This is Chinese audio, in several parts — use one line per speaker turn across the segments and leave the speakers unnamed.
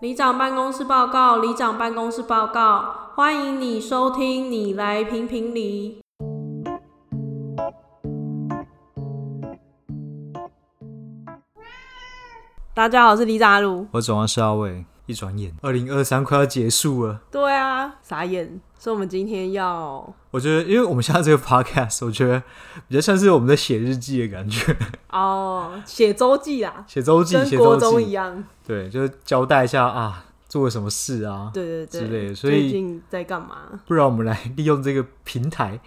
里长办公室报告，里长办公室报告，欢迎你收听，你来评评理。大家好，我是里长阿鲁。
我转弯是阿伟，一转眼，二零二三快要结束了。
对啊，傻眼。所以我们今天要
我觉得，因为我们现在这个 podcast，我觉得比较像是我们在写日记的感觉，
哦写周记啦，
写周记，
跟
写
国
周
中一
记，
样。
对，就是交代一下啊，做了什么事啊，
对对对，
之类的所
最
以
近在干嘛？
不然我们来利用这个平台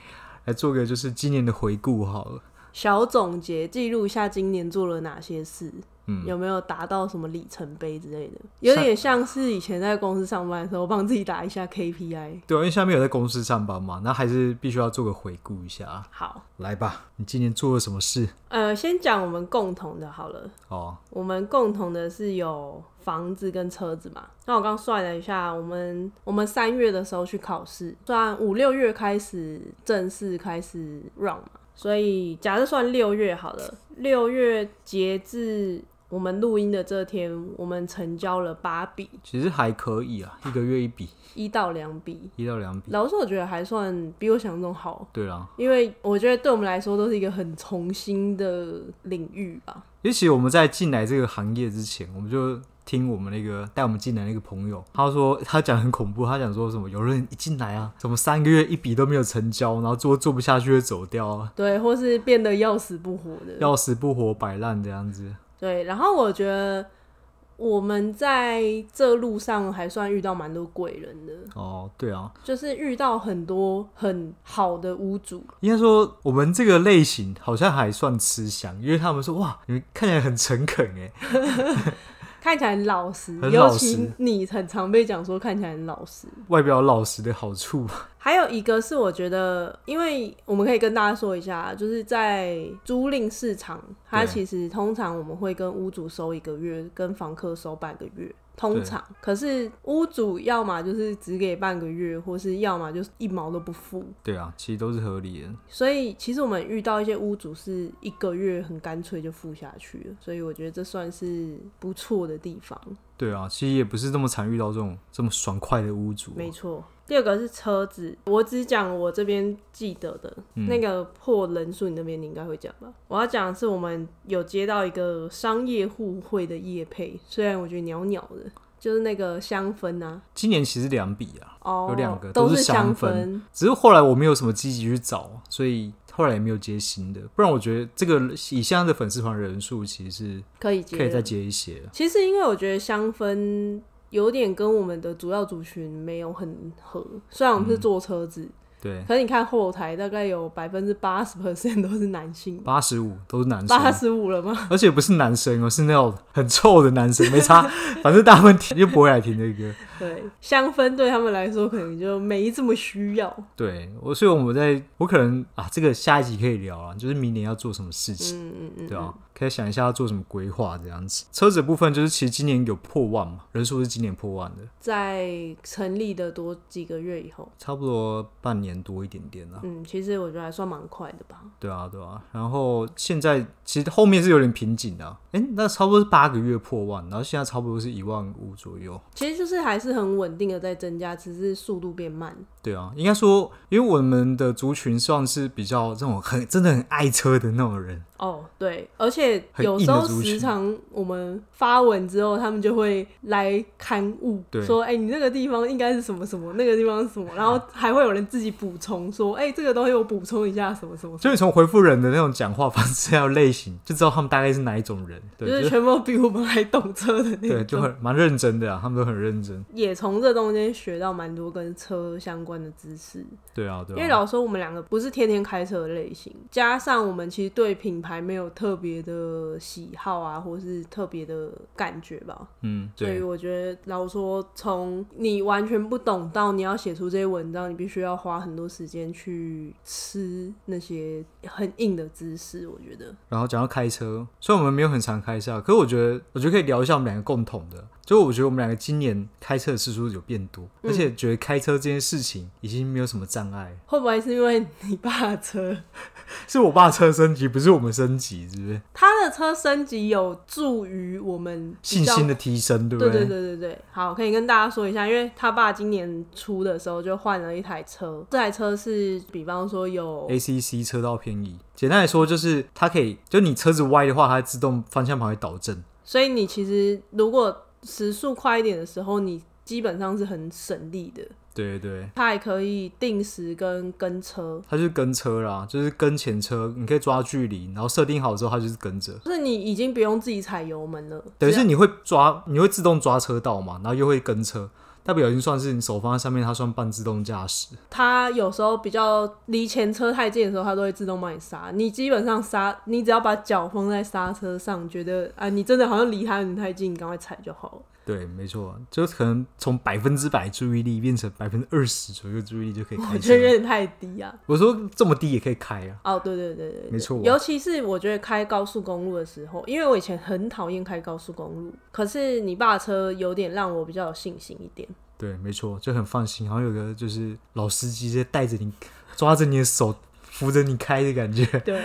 来做个就是今年的回顾好了。
小总结，记录一下今年做了哪些事。
嗯，
有没有达到什么里程碑之类的？有点像是以前在公司上班的时候，帮自己打一下 KPI。
对，因为下面有在公司上班嘛，那还是必须要做个回顾一下。
好，
来吧，你今年做了什么事？
呃，先讲我们共同的好了。
哦，
我们共同的是有房子跟车子嘛。那我刚算了一下，我们我们三月的时候去考试，算五六月开始正式开始 run 嘛。所以假设算六月好了，六月截至我们录音的这天，我们成交了八笔，
其实还可以啊，一个月一笔，
一到两笔。
一到两笔。
老实说，我觉得还算比我想象中好，
对啦，
因为我觉得对我们来说都是一个很重新的领域吧。
也许我们在进来这个行业之前，我们就听我们那个带我们进来那个朋友，他说他讲很恐怖，他讲说什么有人一进来啊，怎么三个月一笔都没有成交，然后做做不下去会走掉啊，
对，或是变得要死不活的。
要死不活摆烂这样子。
对，然后我觉得我们在这路上还算遇到蛮多贵人的，
哦，对啊，
就是遇到很多很好的屋主。
应该说我们这个类型好像还算吃香，因为他们说哇，你们看起来很诚恳哎，
看起来很老实，
很
尤
老
其
实
你很常被讲说看起来很老实。
外表老实的好处。
还有一个是我觉得，因为我们可以跟大家说一下，就是在租赁市场，它
对
其实通常我们会跟屋主收一个月，跟房客收半个月。通常，可是屋主要么就是只给半个月，或是要么就是一毛都不付。
对啊，其实都是合理的。
所以其实我们遇到一些屋主是一个月很干脆就付下去了，所以我觉得这算是不错的地方。
对啊，其实也不是这么常遇到这种这么爽快的屋主啊。
没错。第二个是车子，我只讲我这边记得的、
嗯
那个破人数，你那边你应该会讲吧？我要讲的是我们有接到一个商业互惠的业配，虽然我觉得袅袅的，就是那个香氛啊，
今年其实两笔啊，
哦，
有两个
都
都是
香
香
氛
氛，只是后来我没有什么积极去找，所以后来也没有接新的。不然我觉得这个以现在的粉丝团人数，其实
可以
是
接，
可以再。接一些。
其实因为我觉得香氛有点跟我们的主要族群没有很合，虽然我们是坐车子，
对，
可是你看后台大概有百分之八十 percent 都是男性，
八十五都是男生，
八十五了吗？
而且不是男生哦，是那种很臭的男生，没差，反正大部分听就不会来听这个歌。
对，香氛对他们来说可能就没这么需 要。
对我，所以我们在我可能啊，这个下一集可以聊啊，就是明年要做什么事情。
嗯嗯嗯，
对啊，可以想一下要做什么规划这样子。车子的部分就是，其实今年有破万嘛，人数是今年破万的，
在成立的多几个月以后，
差不多半年多一点点啊啦。
嗯，其实我觉得还算蛮快的吧。
对啊，对啊。然后现在其实后面是有点瓶颈的、啊，哎，那差不多是八个月破万，然后现在差不多是一万五左右。
其实就是还是很稳定的在增加，只是速度变慢。
对啊，应该说，因为我们的族群算是比较这种很真的很爱车的那种人，
哦，对，而且
很
有
硬
时
的
候
族群
时常我们发文之后，他们就会来刊物，
对
说：“哎、你那个地方应该是什么什么，那个地方是什么。”然后还会有人自己补充说：“哎、这个东西我补充一下什么什么什
所
么。
以从回复人的那种讲话方式还有类型，就知道他们大概是哪一种人。”
就
对，
是
就是
全部比我们还懂车的那种。
对，就很蛮认真的啊，他们都很认真。
也从这中间学到蛮多跟车相关的知识，
对啊，对
因
啊。
为老实说我们两个不是天天开车的类型，加上我们其实对品牌没有特别的喜好啊，或是特别的感觉吧，
嗯，
所以
对，
我觉得老实说从你完全不懂到你要写出这些文章，你必须要花很多时间去吃那些很硬的知识，我觉得
然后讲到开车，虽然我们没有很常开车啊，可是我觉得，我觉得可以聊一下我们两个共同的，所以我觉得我们两个今年开车的次数有变多，
嗯
而且觉得开车这件事情已经没有什么障碍。
会不会是因为你爸的车？
是我爸车升级，不是我们升级，是不是？
他的车升级有助于我们比
信
较
心的提升，对不
对
对
对对对对，好，可以跟大家说一下，因为他爸今年初的时候就换了一台车，这台车是比方说有
ACC 车道偏移，简单来说就是它可以，就你车子歪的话，它自动方向盘会导正。
所以你其实如果时速快一点的时候，你基本上是很省力的。
对对对，
它还可以定时跟跟车，
它就是跟车啦，就是跟前车，你可以抓距离，然后设定好之后，它就是跟着。
就是你已经不用自己踩油门了。
等于是
只要
你会抓，你会自动抓车道嘛，然后又会跟车，代表已经算是你手放在上面，它算半自动驾驶。
它有时候比较离前车太近的时候，它都会自动帮你刹。你基本上刹，你只要把脚放在刹车上，觉得啊，你真的好像离它有点太近，你赶快踩就好了。
对，没错，就是可能从百分之百注意力变成百分之二十左右注意力就可以
我
开
觉
车
得。有点太低啊。
我说这么低也可以开啊，
哦，对对对对，对
没错
尤其是我觉得开高速公路的时候，因为我以前很讨厌开高速公路，可是你爸的车有点让我比较有信心一点。
对，没错，就很放心，好像有个就是老司机在带着你，抓着你的手，扶着你开的感觉。
对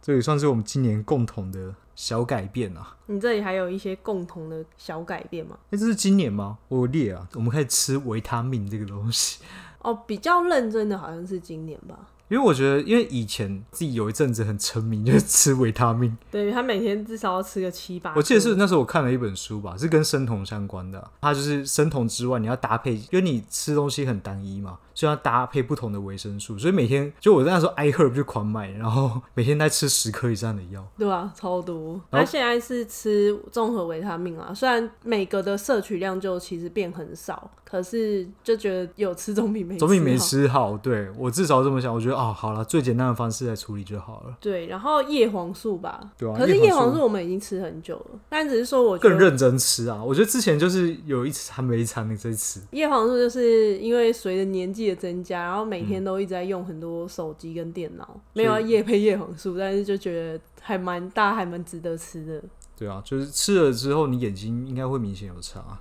这也算是我们今年共同的小改变啊。
你这里还有一些共同的小改变吗？
哎、这是今年吗？我有列啊，我们开始吃维他命这个东西，
哦，比较认真的好像是今年吧。
因为我觉得，因为以前自己有一阵子很沉迷，就是吃维他命。
对他每天至少要吃个七八颗，
我记得是那时候我看了一本书吧，是跟生酮相关的啊、它就是生酮之外，你要搭配，因为你吃东西很单一嘛，所以要搭配不同的维生素。所以每天就我那时候 i herb 就狂买，然后每天在吃十颗以上的药。
对啊，超多。
然
他
后
现在是吃综合维他命啊，虽然每个的摄取量就其实变很少，可是就觉得有吃总比没吃
总比没
好
吃好，对我至少这么想。我觉得哦，好了，最简单的方式来处理就好了。
对，然后叶黄素吧，
对啊
可是
叶黄
叶黄
素
素我们已经吃很久了，但只是说我觉得
更认真吃啊！我觉得之前就是有一餐没一餐的在吃，
叶黄素就是因为随着年纪的增加，然后
嗯
每天都一直在用很多手机跟电脑，没有要叶配叶黄素，但是就觉得还蛮大，还蛮值得吃的。
对啊，就是吃了之后，你眼睛应该会明显有差。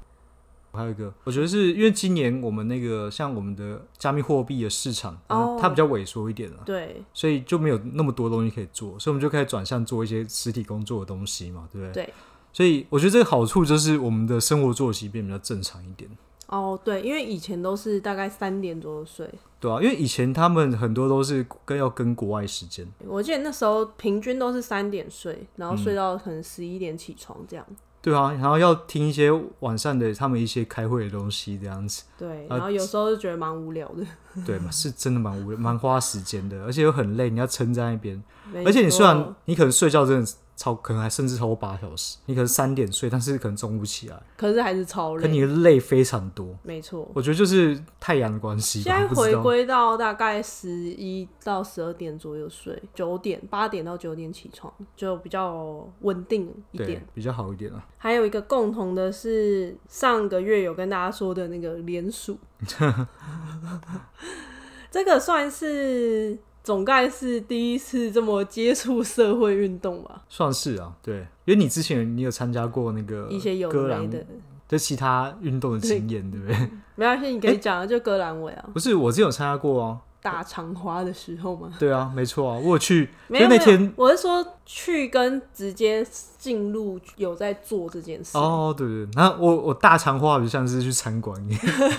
还有一个，我觉得是因为今年我们那个像我们的加密货币的市场，呃
哦
它比较萎缩一点了，
对
所以就没有那么多东西可以做，所以我们就开始转向做一些实体工作的东西嘛，对不对？
对，
所以我觉得这个好处就是我们的生活作息变比较正常一点，
哦对，因为以前都是大概三点左右睡，
对啊，因为以前他们很多都是跟要跟国外时间，
我记得那时候平均都是三点睡，然后睡
嗯
到可能十一点起床这样。
对啊，然后要听一些晚上的他们一些开会的东西这样子。
对，
啊
然后有时候就觉得蛮无聊的。
对嘛，是真的蛮无聊蛮花时间的，而且又很累，你要撑在那边。
没
而且你虽
错
然你可能睡觉真的超，可能还甚至超过八小时，你可能三点睡，但是可能中午起来，
可是还是超
可
累，
你的累非常多。
没错。
我觉得就是太阳的关系
现在
吧，不知
回
道。
归到大概十一到十二点左右睡，九点八点到九点起床，就比较稳定一
对
点。，
比较好一点啊。
还有一个共同的是，上个月有跟大家说的那个联署， 这个算是总概是第一次这么接触社会运动吧，
算是啊，对，因为你之前你有参加过那个
一些有
呃戈
的
兰
没的。
就其他运动的经验，对不对？
没关系，你可以讲啊，就戈兰伟啊，
不是，我之前有参加过啊，
打长花的时候嘛，
对啊，没错啊，我有去，
没
就
有
那
没有
天
我是说去跟直接进入有在做这件事。
哦，对对，那我我大长话就像是去参观，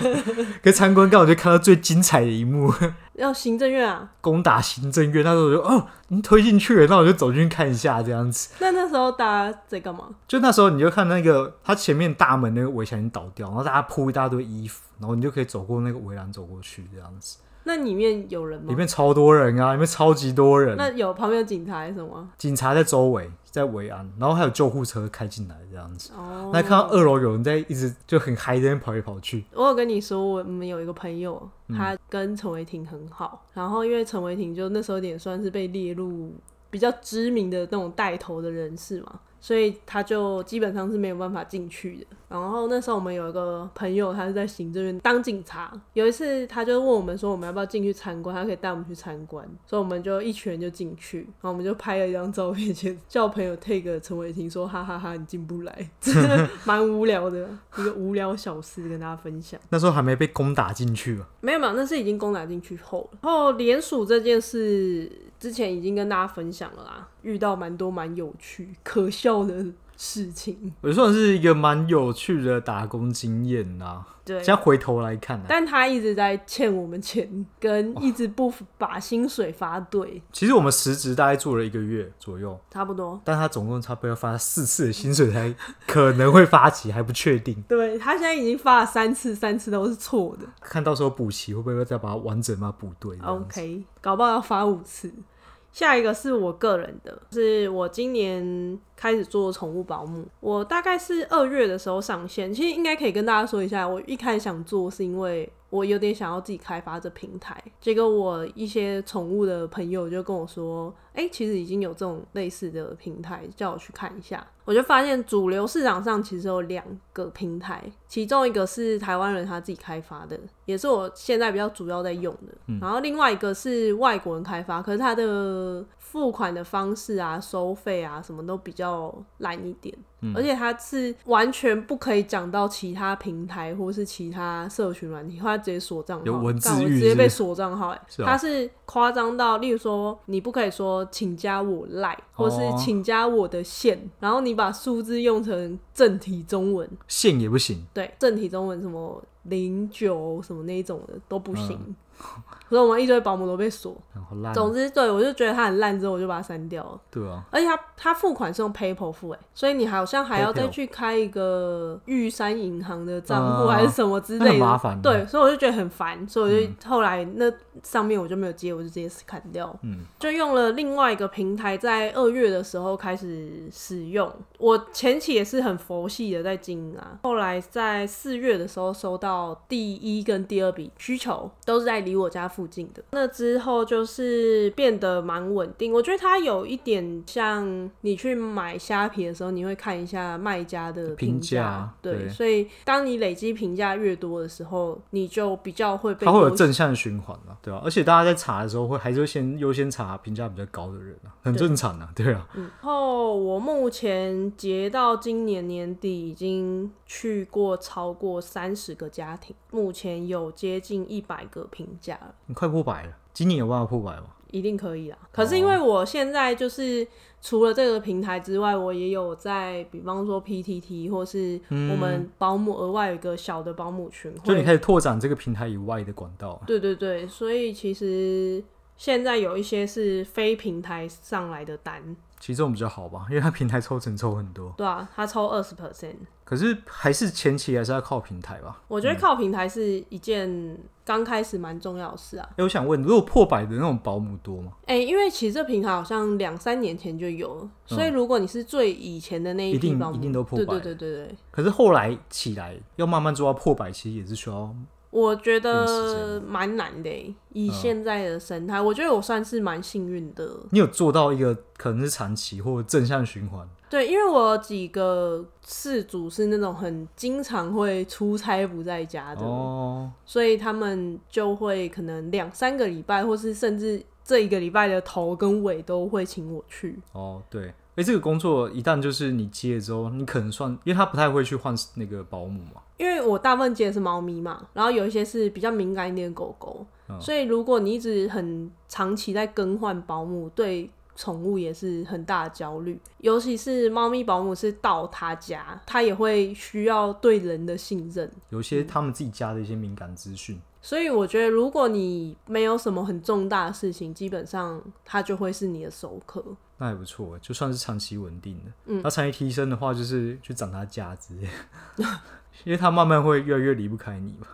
可是参观刚好就看到最精彩的一幕，
要行政院啊，
攻打行政院。那时候我就哦，你推进去了，那我就走进去看一下这样子。
那那时候大家在干嘛？
就那时候你就看那个它前面大门那个围墙已经倒掉，然后大家铺一大堆衣服，然后你就可以走过那个围栏走过去这样子。
那里面有人吗
里？面超多人啊，里面超级多人，
那有旁边有警察还是什么？
警察在周围在围安，然后还有救护车开进来这样子。
哦，
那看到二楼有人在一直就很嗨，在那边跑来跑去。
我有跟你说，我们有一个朋友，他跟陈伟霆很好，然后因为陈伟霆就那时候有点算是被列入比较知名的那种带头的人士嘛，所以他就基本上是没有办法进去的。然后那时候我们有一个朋友，他是在行政院当警察。有一次他就问我们说，我们要不要进去参观？他可以带我们去参观，所以我们就一群人就进去，然后我们就拍了一张照片，先叫朋友 take 陈伟霆说，哈哈哈你进不来， 真的蛮无聊的一个无聊小事跟大家分享。
那时候还没被攻打进去嘛，
没有没有，那是已经攻打进去后了。然后联署这件事之前已经跟大家分享了啦，遇到蛮多蛮有趣、可笑的事情。
也算是一个蛮有趣的打工经验啦。
对
现，在回头来看啊，
但他一直在欠我们钱，跟一直不把薪水发对，
其实我们实职大概做了一个月左右，
差不多。
但他总共差不多要发四次的薪水才可能会发起，还不确定。
对他现在已经发了三次，三次都是错的。
看到时候补齐会不会再把它完整嘛补对这样子
哦 OK，搞不好要发五次。下一个是我个人的，是我今年开始做宠物保姆，我大概是二月的时候上线。其实应该可以跟大家说一下，我一开始想做是因为我有点想要自己开发这平台，结果我一些宠物的朋友就跟我说，哎、其实已经有这种类似的平台，叫我去看一下。我就发现主流市场上其实有两个平台，其中一个是台湾人他自己开发的，也是我现在比较主要在用的。
嗯
然后另外一个是外国人开发，可是它的付款的方式啊、收费啊什么都比较烂一点，
嗯
而且它是完全不可以讲到其他平台或是其他社群软体，它直接锁账号，
有文字
干我
狱
直接
是不
被
是
锁账号、欸。
是哦
它是夸张到，例如说你不可以说请加我赖，或是
哦
请加我的线，然后你把数字用成正体中文，
线也不行，
对，正体中文什么零九什么那一种的都不行。
嗯
所以我们一堆保姆都被锁。
然后烂，
总之，对我就觉得它很烂，之后我就把它删掉了。
对啊，
而且它它付款是用 PayPal 付、欸，所以你好像还要再
PayPal
去开一个玉山银行的账户
啊
还是什么之类的，
那很麻烦嗯
对，所以我就觉得很烦，所以我就后来那上面我就没有接，我就直接砍掉。
嗯，
就用了另外一个平台，在二月的时候开始使用。我前期也是很佛系的在经营啊，后来在四月的时候收到第一跟第二笔需求，都是在离我家附近的。那之后就是变得蛮稳定，我觉得它有一点像你去买虾皮的时候，你会看一下卖家的
评
价
价，
对，
对
所以当你累积评价越多的时候，你就比较会被
它会有
优
正向循环啊，对啊，而且大家在查的时候会还是会先优先查评价比较高的人啊，很正常啊，对啊，
然后我目前截到今年年底，已经去过超过三十个家庭，目前有接近一百个评价了，
你快破百了，今年有办法破百吗？
一定可以啦。可是因为我现在就是除了这个平台之外，我也有在，比方说 PTT 或是我们保姆额外有一个小的保姆群，
就
会
你开始拓展这个平台以外的管道啊，
对对对，所以其实现在有一些是非平台上来的单，
其实这种比较好吧，因为它平台抽成抽很多，
对啊，他抽二十 percent。
可是还是前期还是要靠平台吧。
我觉得靠平台是一件刚开始蛮重要的事啊。
哎、我想问，如果破百的那种保姆多吗？
哎、因为其实这平台好像两三年前就有了，所以如果你是最以前的那
嗯一
批
定
保姆，
一定都破
对
百
对对对对，
可是后来起来要慢慢做到破百，其实也是需要
我觉
也是这嗯
得蛮难的、欸。以现在的生态，我觉得我算是蛮幸运的。
你有做到一个可能是长期或者正向循环，
对，因为我有几个事主是那种很经常会出差不在家的，
哦，
所以他们就会可能两三个礼拜，或是甚至这一个礼拜的头跟尾都会请我去。
哦，对，哎、这个工作一旦就是你接了之后，你可能算，因为他不太会去换那个保姆嘛，
因为我大部分接的是猫咪嘛，然后有一些是比较敏感一点的狗狗，
嗯
所以如果你一直很长期在更换保姆，对宠物也是很大的焦虑。尤其是猫咪保姆是到他家，它也会需要对人的信任。
有一些他们自己家的一些敏感资讯，
所以我觉得，如果你没有什么很重大的事情，基本上它就会是你的熟客。
那还不错，欸就算是长期稳定的。嗯，那长期提升的话，就是去涨他价值， 因为他慢慢会越来越离不开你嘛，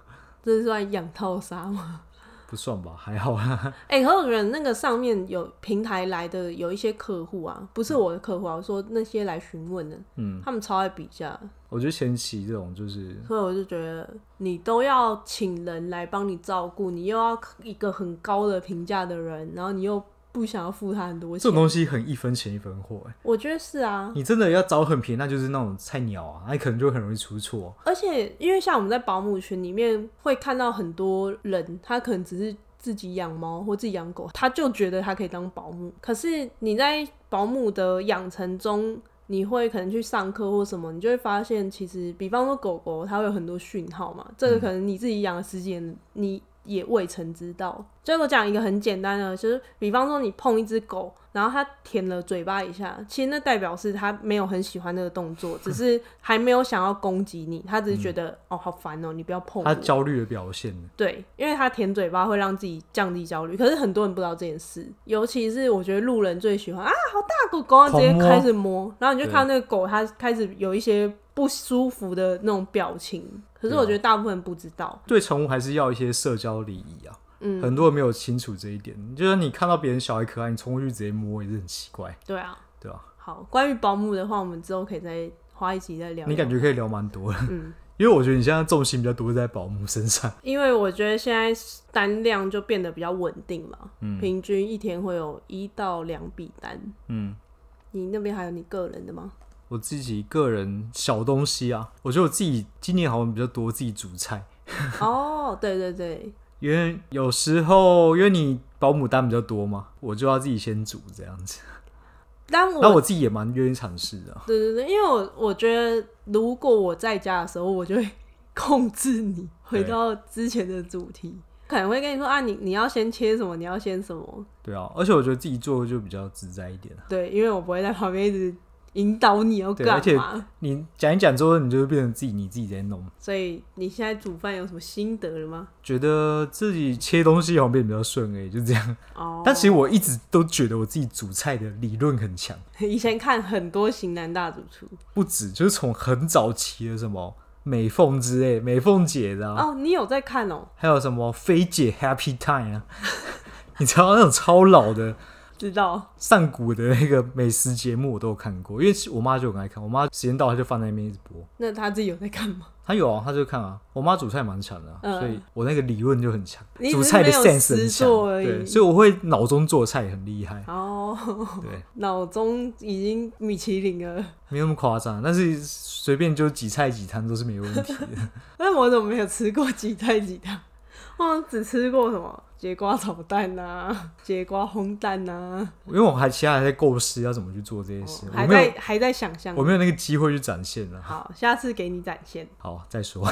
这是算养套杀吗？
不算吧，还好啊啦。
哎、可是我觉得那个上面有平台来的有一些客户啊，不是我的客户啊，我说那些来询问的，
嗯，
他们超爱比价，
我觉得前期这种就是
所以我就觉得你都要请人来帮你照顾，你又要一个很高的评价的人，然后你又不想要付他很多
这
钱
种。东西很一分钱一分货、欸，
我觉得是啊，
你真的要找很便宜，那就是那种菜鸟啊，那可能就很容易出错。啊
而且因为像我们在保姆群里面会看到很多人，他可能只是自己养猫或自己养狗，他就觉得他可以当保姆。可是你在保姆的养成中，你会可能去上课或什么，你就会发现，其实比方说狗狗，它会有很多讯号嘛，这个可能你自己养了十几年，你也未曾知道。就我讲一个很简单的，就是比方说你碰一只狗，然后它舔了嘴巴一下，其实那代表是它没有很喜欢那个动作，只是还没有想要攻击你，它只是觉得、哦好烦哦，你不要碰
他
我。
焦虑的表现呢，
对，因为它舔嘴巴会让自己降低焦虑，可是很多人不知道这件事，尤其是我觉得路人最喜欢啊，好大狗狗，然后直接
狂摸
开始摸，然后你就看到那个狗，它开始有一些不舒服的那种表情。可
啊
是我觉得大部分人不知道，
对宠物还是要一些社交礼仪啊。嗯，很多人没有清楚这一点，就是你看到别人小孩可爱，你冲过去直接摸也是很奇怪，
对啊。
对吧、
好，关于保姆的话，我们之后可以再花一集再聊聊。
你感觉可以聊蛮多的，
嗯，
因为我觉得你现在重心比较多在保姆身上，
因为我觉得现在单量就变得比较稳定嘛，平均一天会有一到两笔单。
嗯。
你那边还有你个人的 吗？
我自己个人小东西啊，我觉得我自己今年好像比较多自己煮菜，
哦，对对对，
因为有时候因为你保姆单比较多嘛，我就要自己先煮这样子。
但
那
我
我自己也蛮愿意尝试的啊，
对对对，因为我我觉得如果我在家的时候，我就会 控制你回
对
到之前的主题，可能会跟你说啊，你你要先切什么，你要先什么，
对啊，而且我觉得自己做就比较自在一点啊。
对，因为我不会在旁边一直引导你要
对
干
而且
嘛。
你讲一讲之后，你就会变成自己你自己在弄，
所以你现在煮饭有什么心得了吗？
觉得自己切东西好像变得比较顺而已，就这样。
哦，
但其实我一直都觉得我自己煮菜的理论很强，
以前看很多型男大主厨
不止就是从很早期的什么美凤之类、美凤姐的、啊，
哦，你有在看哦，
还有什么菲姐 Happy Time 啊， 你知道那种超老的
知道
上古的那个美食节目我都有看过，因为我妈就很爱看，我妈时间到她就放在那边一直播。
那他自己有在看吗？
她有啊，她就看啊。我妈煮菜蛮强的啊、
嗯
所以我那个理论就很强啊
你，只
煮
是
菜的
没有
sense 很
实
强
做，而已
对，所以我会脑中做菜很厉害，
哦，
对，
脑中已经米其林了，
没那么夸张，但是随便就几菜几汤都是没问题的。
那我怎么没有吃过几菜几汤？ 我只吃过什么节瓜炒蛋啊，节瓜烘蛋啊，
因为我还其他还在构思要怎么去做这些事，我
哦还
没有
在还在想象
我。没有那个机会去展现啊。
好，下次给你展现。
好，再说。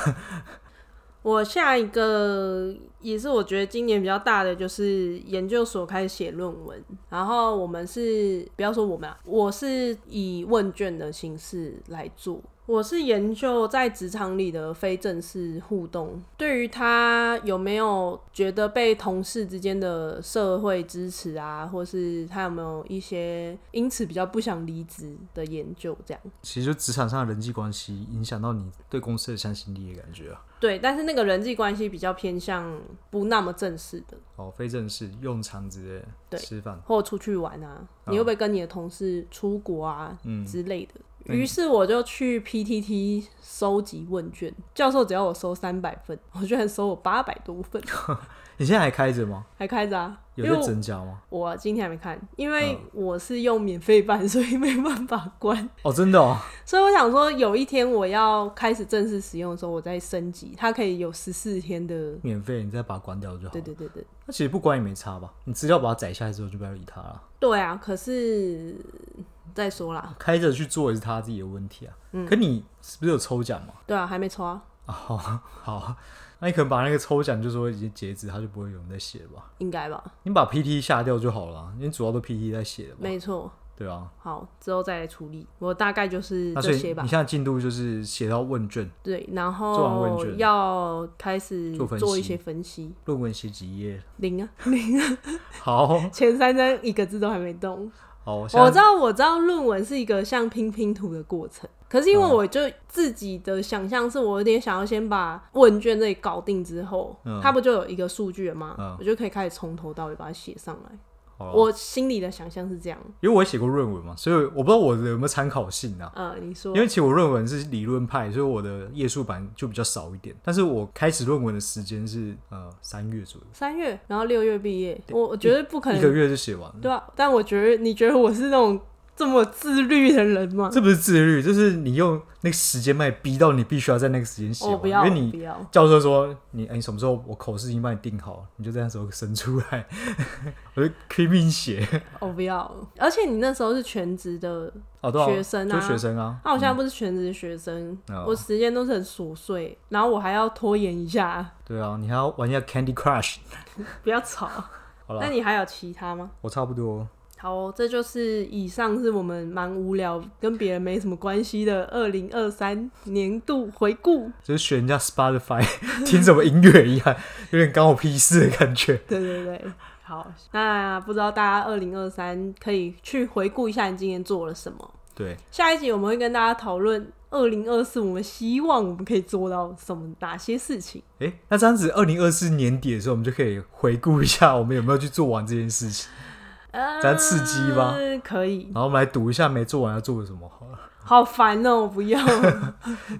我下一个也是我觉得今年比较大的，就是研究所开始写论文。然后我们是不要说我们啊，我是以问卷的形式来做。我是研究在职场里的非正式互动，对于他有没有觉得被同事之间的社会支持啊，或是他有没有一些因此比较不想离职的研究这样。
其实就职场上的人际关系影响到你对公司的向心力的感觉啊。
对，但是那个人际关系比较偏向不那么正式的。
哦，非正式用餐之类的，
对
吃饭，
或出去玩啊，
啊
你会不会跟你的同事出国啊、
嗯，
之类的？
嗯
于是我就去 PTT 收集问卷，教授只要我收三百份，我居然收我八百多份，
你现在还开着吗？
还开着啊！因
有
为
在
我
增加吗？
我今天还没看，因为
嗯
我是用免费版， 所以没办法关。
哦，真的哦，
所以我想说，有一天我要开始正式使用的时候，我再升级，它可以有十四天的。
免费，你再把它关掉就好。
对对对对
那其实不关也没差吧？你资料把它载下来之后就不要理它了，
对啊！可是再说啦，
开着去做也是他自己的问题啊。
嗯
可你是不是有抽奖嘛？
对啊，还没抽啊，
哦， 好，那你可能把那个抽奖就说已经截止，他就不会有人在写了吧？
应该吧？
你把 PT 下掉就好了啊，因为主要都 PT 在写的嘛。
没错。
对啊，
好，之后再来处理。我大概就是
那所
这
以
些吧
你。现在进度就是写到问卷。
对，然
做完问
后
卷
要开始
做分析
做一些分析。
论文写几页？
零啊， 零啊，
好
前三张一个字都还没动。
好，我
我
现
知
在
道，我知道，论文是一个像拼拼图的过程。可是因为
嗯
我就自己的想象是，我有点想要先把问卷这里搞定之后，
嗯
它不就有一个数据了吗？
嗯
我就可以开始从头到尾把它写上来。
好了，
我心里的想象是这样。
因为我也写过论文嘛，所以我不知道我的有没有参考性啊。
呃，你说
因，为其实我论文是理论派，所以我的页数版就比较少一点。但是我开始论文的时间是呃三月左右，
三月，然后六月毕业，我我觉得不可
一个
能，
月就写完了。
对啊，但我觉得你觉得我是那种这么自律的人吗？
这不是自律，就是你用那个时间脉逼到你必须要在那个时间写
我
完，
哦不要，
因为
我不
你
要，
教授说你，哎、你什么时候我口试已经帮你定好，你就在那时候生出来， 我就拼命写。
我哦不要。而且你那时候是全职的，
哦，对啊，
学生啊
就学生啊。
那、我现在不是全职的学生，
哦
我时间都是很琐碎，然后我还要拖延一下，
对啊，你还要玩一下 Candy Crush。
不要吵。
好了
那，你还有其他吗？
我差不多。
好哦、这就是以上是我们蛮无聊、跟别人没什么关系的二零二三年度回顾。
就是学人家 Spotify 听什么音乐一样，有点关我屁事的感觉。
对对对，好，那不知道大家二零二三可以去回顾一下你今年做了什么。
对，
下一集我们会跟大家讨论二零二四，我们希望我们可以做到什么哪些事情。
哎、那这样子，二零二四年底的时候，我们就可以回顾一下我们有没有去做完这件事情，
呃
咱刺激吧
可以
然。后我们来赌一下没做完要做了什么好了。
好烦哦、我不 要。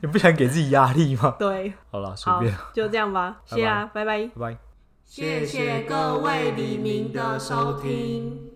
你不想给自己压力吗？
对，
好了，随
好
便，，
就这样啊吧。谢啦，拜拜。
拜拜。
谢谢各位黎明的收听。